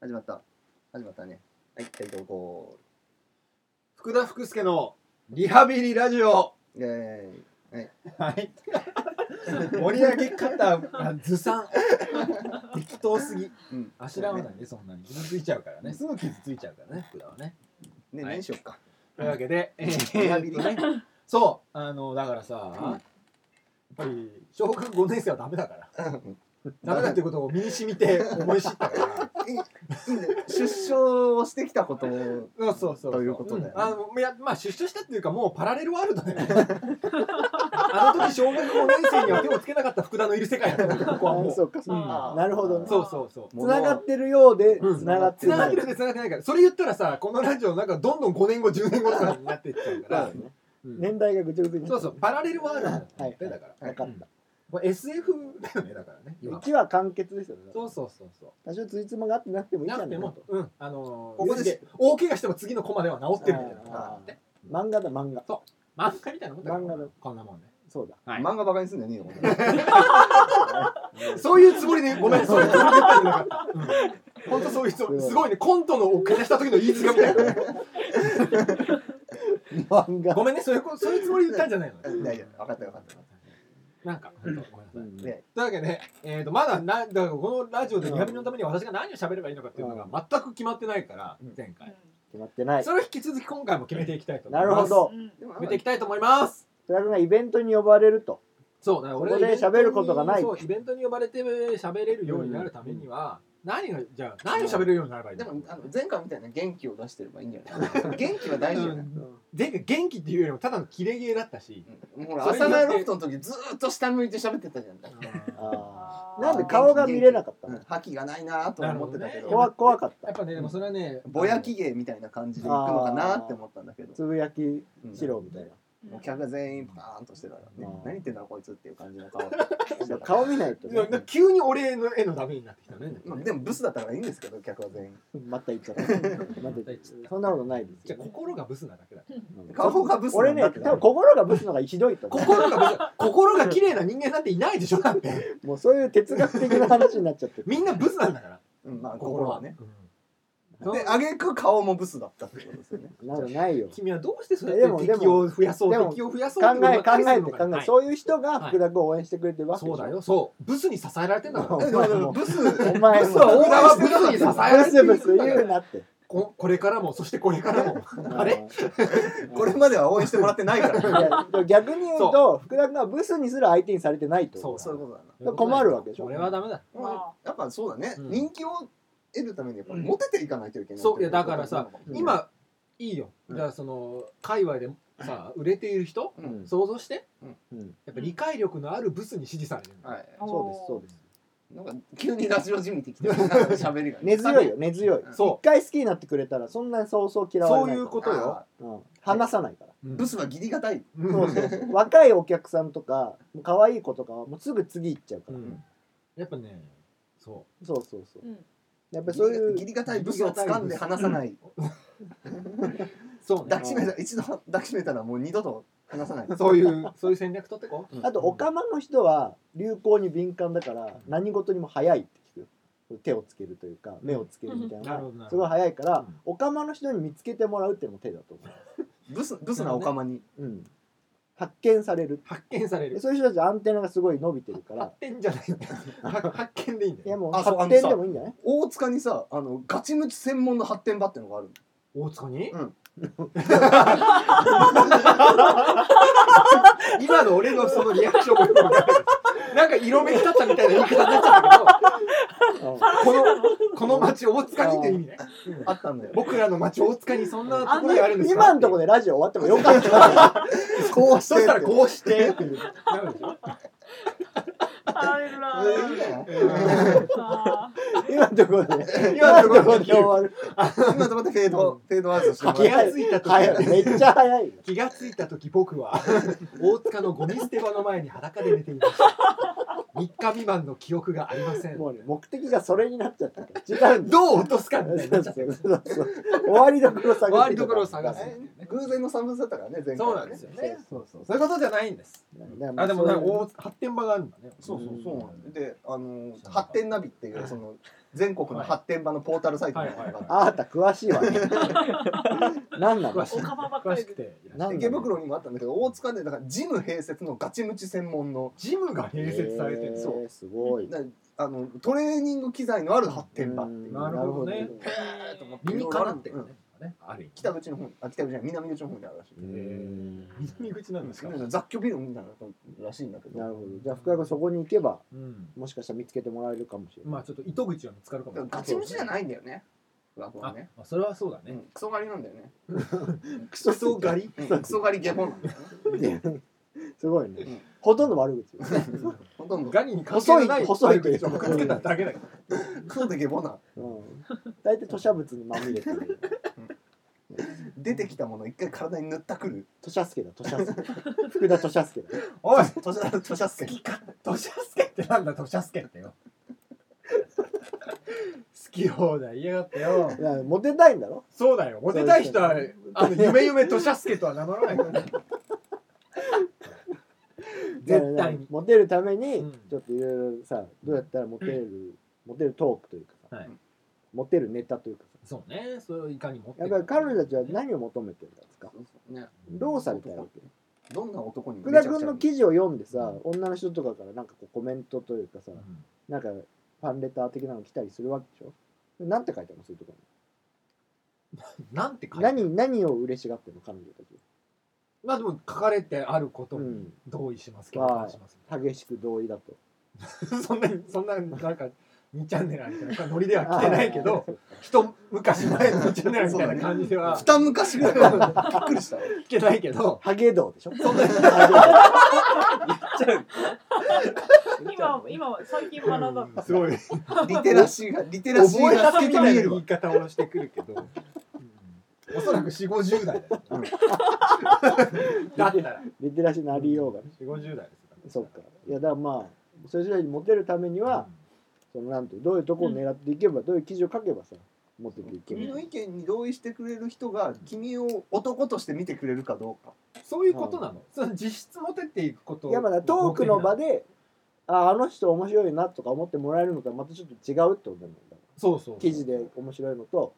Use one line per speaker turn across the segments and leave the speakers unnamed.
始まった。始まったね。はい、タイトルコ
福田福助のリハビリラジオ。
ール。イェーイ。
はい。盛り上げ方がずさん。適当すぎ。
うん。
あしらわないね、そんなに。傷ついちゃうからね。すぐ傷ついちゃうからね、福田はね。
ね、
はい
何しよっか。
というわけで、え
リハビリ
ーえっとねそう、あの、だからさ、
うん
やっぱり小学5年生はダメだから。
うん
ダメだってことを身に染みて思い知ったから。
いいね出生をしてきたことを。
そうそうそう。
ということだよね
んあのいやまあ出所したっていうかもうパラレルワールドだよね。あの時小学5年生には手をつけなかった福田のいる世界だったここはもう。
そうかそうか
あー
なるほどね
そうそうそう。
つながってるようで
うん
つながって
繋がっ
ない
てるで繋がってないからそれ言ったらさこのラジオなんかどんどん5年後10年後とかになっていっちゃうか
だ
ら
よ、ね。
うん
年代がぐちゃぐちゃにな
そ
っ
うそうパラレルワールドだった
はい
だから
分かっ
これ SF だよねだからね
た
今
1話完結ですよね
そうそうそうそう
多少ついつまがあってなくてもいいじ
な
ゃ
く
ない
てもうんあのー
ここ
い
で
ずれ大怪我しても次のコマでは治ってるみたいな
あ
ね
ー漫画だ漫画
漫画みたいなもんだから
漫画だ
こんなもんね
そうだ
はい
漫画ばかにすんじゃね えよ。
そういうつもりで、ごめん、そういうつもりで言ったんじゃなかった。本当そういうつもり、すごいね、コントのお金した時の飯塚みたいな。
漫画
ごめんね、そういうこ、そういうつもりで言ったんじゃないの
うん
ね。
大丈夫。分かった分かった。
なんか、本当ごめんなさい。
うん
ね
というわけで、えー、とまだなだからこのラジオでリハビリのために私が何を喋ればいいのかっていうのが全く決まってないから
うん
前
うん
回、
決まってない
それを引き続き今回も決めていきたいと思い
な
ます
るほど
うん
でも
決めていきたいと思います
福田君がイベントに呼ばれると
そうだから俺
ここで
イベントに
喋ることがない
そうイベントに呼ばれて喋れるようになるためには、何がじゃあ何を喋れるようになればいい
で
の
もあの前回みたいな元気を出してればいいんじゃ ない元気は大事よね。
前回元気っていうよりもただのキレゲーだったし、
うんほら、
それ
朝
によって
ナロフトの時ずーっと下向いて喋ってたじゃん。
あ
あ
ー
ー
なんで顔が見れなかった
う
の
ん覇気がないなとは思ってたけ
なるほど
ど
ね
怖怖かっ
やったぱねでもそれはね
ぼやき芸みたいな感じでいくのかなって思ったんだけど
つぶやき
うん
しろみたい
うん
お客が全員パーンとしてたからね、
うん
何言ってんだろうこいつっていう感じの顔
な顔見ないと
いや
ね
な急に俺の絵のダメになってきたね
まあでもブスだったからいいんですけど客は全員
また言っちゃったまた言っちゃったそんなことないです
じゃ
よ
あ心がブスなだけ だ
うん
顔がブスな
俺
ん
ね
だけど
多分心がブスのがひどいと思う
心がブス心が綺麗な人間なんていないでしょだって
もうそういう哲学的な話になっちゃってる
みんなブスなんだから
うんまあ心はね、
うん
で挙句顔もブスだったってことですよね
なるないよ
君はどうしてそれ
でも
で敵を増やそ
で
う
も
敵を増やそ
考
うってことばっ
え考
かりす
え
る
て
の
考
か
えて、
はい
そういう人が福田君を応援してくれてるわけで
そ
しょ
うだよそうブスに支えられてんだから
お
えで
前
も
も
ブス
お前
ブス
も
は応援して
俺はブスに支え
なかっ
られ
ブ
て
ス
る
ブス言う なって
ここれからもそしてこれからもあれ
たこれまでは応援してもらってないから
いやでも逆に言うと福田君はブスにすら相手にされてないと
そう
そういうことだな
困るわけでしょ
俺はダメだ
まあ
やっぱそうだね、
うん
人気を得るためにやっぱりモテていかないといけない、
そういやだからさ
うん
今いいよ
うん
じゃあその界隈でさ売れている人
うん
うん
想像して
うん
やっぱ理解力のあるブスに支持される
はい
そうですそうです
なんか急にラジオじみてきてなんか喋りが
根強いよ根強い
そ
一回好きになってくれたらそんなにそうそう嫌
う
わ
そう
れない
いうことよ
うん話さないから
ブスは義理がたい
うん
そうそうそう若いお客さんとか可愛い子とかはもうすぐ次行っちゃうか
う
ら
んやっぱねそ
そうそうそう
うん
やっぱりそういう
義理がたいブスを掴んで離さない
うそうね
抱きしめた一度抱きしめたらもう二度と離 さない
そういうそういう戦略取ってこ
あと、オカマの人は流行に敏感だから、何事にも早いって聞くよ。手をつけるというか、目をつけるみたい
な
な
るほどなるほど、
すごい早いか
う
ら
ん、
オカマの人に見つけてもらうっていうのも手だと思
ブスブスなオカマに
う。うん。発見される。
発見され
で
る
そういう人たちアンテナがすごい伸びてるから
発、展じゃないんだよは発見でいいん
い
だ
や
よ
もう
あそう
発展でもいいんじゃない
大塚にさあのガチムチ専門の発展場ってのがある
大塚に
うん
今の俺のそのリアクションもよくわかんないなんか色めき立ったみたいな言い方になっちゃったけどこの、 この町大塚にって意味ね。
あったんだよ
僕らの町大塚にそんなところがあるん
う
で
ん
すか
今のとこでラジオ終わってもよ かった。
こう
そしたらこうしてっていうなるでしょ
あれら
いいね
あ
今のとこでね。
今
今
のと
のと
こ
こ
ろ
で
で
終わる。
今とまたフェードフェードアウトしても
気
らう
がついた時、
早い。めっちゃ早いよ。
気がついた時僕 は大塚のゴミ捨て場の前に裸で寝ていました。3日未満の記憶がありません。
もうね、目的がそれになっちゃったから。違うんだよ
どう落とすかみたいに
そ
なっ
う
ち
そ
ゃ
う
って。
そうそう終わりどころを探す
終わりどころを探すっていうね。
偶然の産物だったからね前回
そうな
は
ん
ね
ですよねそうそうそういうことじゃないんです
だから
あでも
そ
な
うんい
か
う
大発展場があるんだね
そうそうそうなんですであの
そう
発展ナビっていうその全国の発展場のポータルサイトみたいなのがあって
あなた詳しい わね何なの
詳しい
おかばばっか
詳
り
しく
で。
ていらっしゃ
な
る
ん
池袋にもあったんだけど大塚でだからジム併設のガチムチ専門の
ジムが併設されてる、
えー
そう
すごい
なあのトレーニング機材のある発展場っていううん
なるほどね
なるほど
へーと思って理にかなってるね、ねある意味
北口の方あ北口じゃない南口の方にあるらしい
へー
南口なんですか、
うん雑居ビルみたいなのらしいんだけど
なるほどじゃあ福山そこに行けば
うん、
もしかしたら見つけてもらえるかもしれない、
まあちょっと糸口は見つかるかもしれない
ガチムチじゃ
い
ないんだよね枠はね
それはそうだ
う
ね、
んクソ狩りなんだよね
クソ狩り
うん クソ狩り下本なんだよね
すごいね、
うん
ほとんど悪口よね、
ほとんど
ガニに関係のない
細い細い
糸口をぶつけただけだけど
クソで下本な
うん、大体吐砂物にまみれてる
出てきたもの一回体に塗ったくる
吐砂助だ吐 砂助福田吐砂助だ
おい
土砂土砂好きか
トシャスケってなんだトシャスケってよ好き放題言いやがってよ
いやモテたいんだろ
そうだよモテたい人はあの夢夢トシャスケとは名乗らないからね絶対に
モテるために、
うん
ちょっといろいろさどうやったらモテるモテるトークというかさ、
はい
モテるネタというかさ
そうねそれをいかに持って
やっぱり彼女たちは何を求めてるんですか
ね
どうされたいわけ
どんな男にも
福
め
田
ちゃくち
君
ゃ
の記事を読んでさ、女の人とかからなんかこうコメントというかさ、
うん
なんかファンレター的なの来たりするわけでしょなんて書いてあるのそういうとこ
なんて書
ろ
い
に
てある
何何を嬉しがってるの彼女たち
まあでも書かれてあること
う
に
ん
同意しますけど、
はい
します
激しく同意だと
そんなにそんななんか2チャンネルあるみたいなノリでは来てないけど一昔前の2チャンネルみたいな感じでは
二昔ぐらいだからびっくりしたわ
来てないけど
ハゲ道でしょそんな
今今最近学んだった。
すごい
リテラシーがリテラシ
覚
ー
え
が透
させ
けて
て
見
ない
え る
言
わ
い方をしてくるけど、うんおそらく4 5 0代だよ、 だったら
リテラシーなりようがね、
4 5 0代です
そっかいやだからまあそれぞれにモテるためには、そのなんていうどういうとこを狙っていけば、どういう記事を書けばさモテていけ
君
る
の意見に同意してくれる人が君を男として見てくれるかどうか
そういうことなの、その実質モテていくこと
いやまだトークの場でああの人面白いなとか思ってもらえるのとはまたちょっと違うってことなんだ
そうそうそう
記事で面白いのと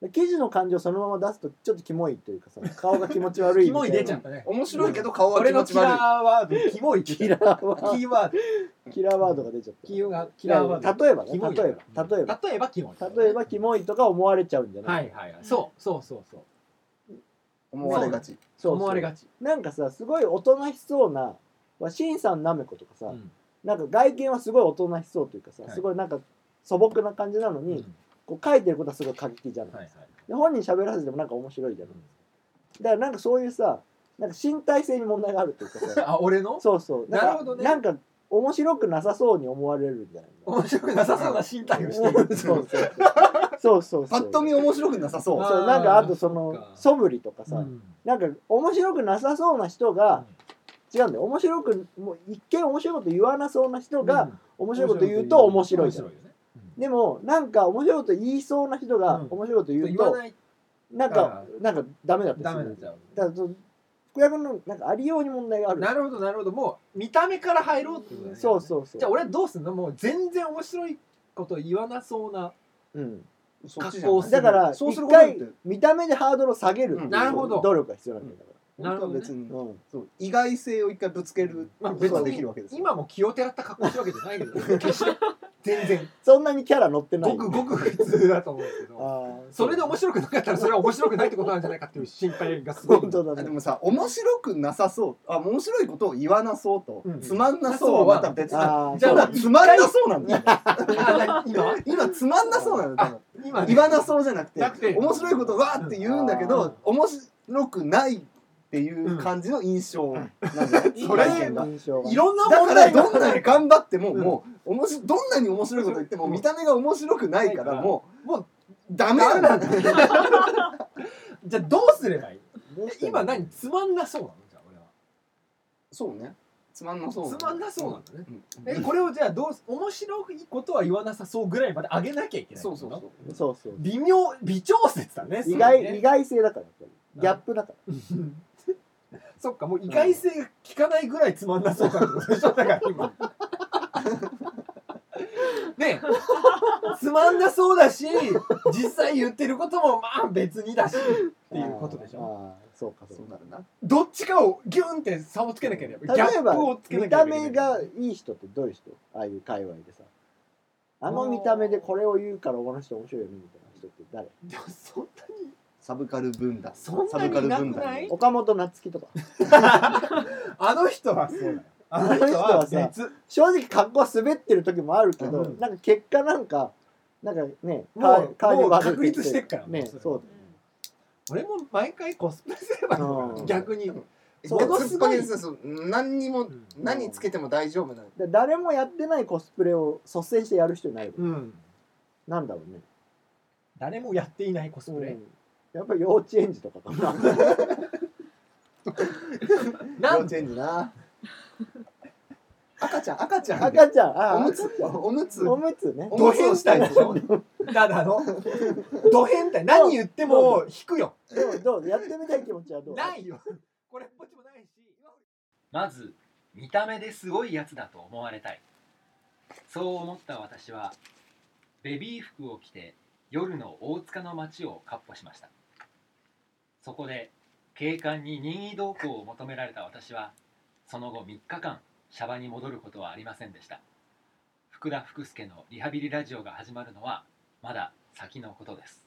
で記事の感情そのまま出すとちょっとキモいというかさ顔が気持ち悪 い
キ
みたいな
モい出ちゃったね
面白いけど顔は
俺
気
の
持
キ
ち
ラ
悪い
ーワードキモいって
キ
言っ
ラ
た
ー
キ
ワー
ーワード
ドキラーワードが出ちゃった
キーワードキ
キ
ラ
ラ
ー
ー
ワ
ワ
ード
ード例えばね
キモい
例えば例えば
例えばキモい
例えばキモいとか思われちゃうんじゃない、
はいはいはいそうそうそうそう
思われがち
そうそう
思われがち
なんかさすごいおとなしそうなまあシンさんなめことかさ、
うん
なんか外見はすごいおとなしそうというかさ、
はい
すごいなんか素朴な感じなの
うん
に、こう書いてることはすごい過激じゃない、
はいはい
で本人喋らせてもなんか面白いじゃない、だからなんかそういうさなんか身体性に問題があるというか さ
あ俺の
そうそうなんか
なるほどね
なんか面白くなさそうに思われるんじゃないの
面白くなさそうな身体をしてい
そう
る
そうそうそう
パ
そう
ッと見面白くなさそう
あ
そうなんかあと
そ
そ
っ
の
か
そぶりとかさ、
うん
なんか面白くなさそうな人が、違うんだよ面白くもう一見面白いこと言わなそうな人が、
うん
面白いこと言うと面白いじゃん
面白よね
でもなんか面白いこと言いそうな人が
うん
面白いこと言
うん
う
言わ
と、
ない
なんかなんかダメだっ
と
た
ダ
りす
メ
る
になっちゃう
だからその福田君のなんかありように問題がある
なるほどなるほどもう見た目から入ろうってことだね
そうそうそう
じゃあ俺はどうすんのもう全然面白いこと言わなそうな
うん、
そっちじゃない
格好
だから
そうする
一
ことによっ
回
て
見た目でハードルを下げるっていう
なる
ほど
努力が必要なんだか
なるほどね
本当は別に
ら、うん、
そう意外性を一回ぶつける
まあ
こ
別
とができ
に
るわけですよ
今も気をてらった格好してるわけじゃないけ ど決して全然
そんなにキャラ乗ってない
ごくごく普通だと思うけど
あー
それで面白くなかったらそれは面白くないってことなんじゃないかっていう心配がすごい
本当だ
あで
ね
もさ面白くなさそうあ面白いことを言わなそうと、
うん
つまんなそうはまた別だ
あー
じゃあ
ただつまんなそうなんだよ
あ 今
今つまんなそうなんだよ
今ね
言わなそうじゃなくて
なくて
面白いことわーって言うんだけど、
うん
面白くないっていう感じの印象なんだよ、
それ
外見が
印象が
いろんな
だ
問
から
題が
どんなに頑張っても、
うん
もうおもしどんなに面白いこと言っても見た目が面白くないからもう
も
も
う
うダメなんだよ
じゃあどうすればいい今何つまんなそうなのじゃあ俺は
そうねつまんなそう
つまんなそうなんだね
うん
えこれをじゃあどうす面白いことは言わなさそうぐらいまで上げなきゃいけない
そうそうそう
そうそう
微妙微調節だね
意外、
それね
意外性だからやっぱりギャップだか
そっかもう意外性が効かないぐらいつまんなそうだってことでしょだから 今ねえつまんなそうだし実際言ってることもまあ別にだしって
ら。
いうことでしょ
ああそうかそ
そうう
か
な。るな
どっちかをギュンって差をつけなきゃいけないギャ
例え
ップを
ば
つけな
見
きゃ
た
いけない
目がいい人ってどういう人ああいう界隈でさあの見た目でこれを言うからこの人面白いよねみたいな人って誰
でもそんなに
サブカル分断
そんなにいなくない
岡本夏樹とか
あの人はそうだよあの人
あの
は
人は
別
正直格好滑ってる時もあるけど、
うん
なんか結果なんかなんかね
もう
カーカーニバル
もう確立してっから
ねそう
俺も毎回コスプレすればいいのか
う
なん逆に
そ
そう
うすごいですそう何にも何つけても大丈夫なの
だから誰もやってないコスプレを率先してやる人いないよ
うん
なんだろうね、
誰もやっていないコスプ
う
レ
ん、やっぱ幼稚園児とかかな
な
幼
ん
稚園児 な赤ちゃん赤ちゃん
赤ちゃんあ
おむ
あ
つおむつ
おむつね
お
ド変態でしょただのド変態何言っても引くよ
でもどうやってみたい気持ちはどう
ないよこれっぽっちもないし
まず見た目ですごいやつだと思われたいそう思った私はベビー服を着て夜の大塚の街をかっ歩しましたそこで警官に任意同行を求められた私はその後3日間シャバに戻ることはありませんでした福田福助のリハビリラジオが始まるのはまだ先のことです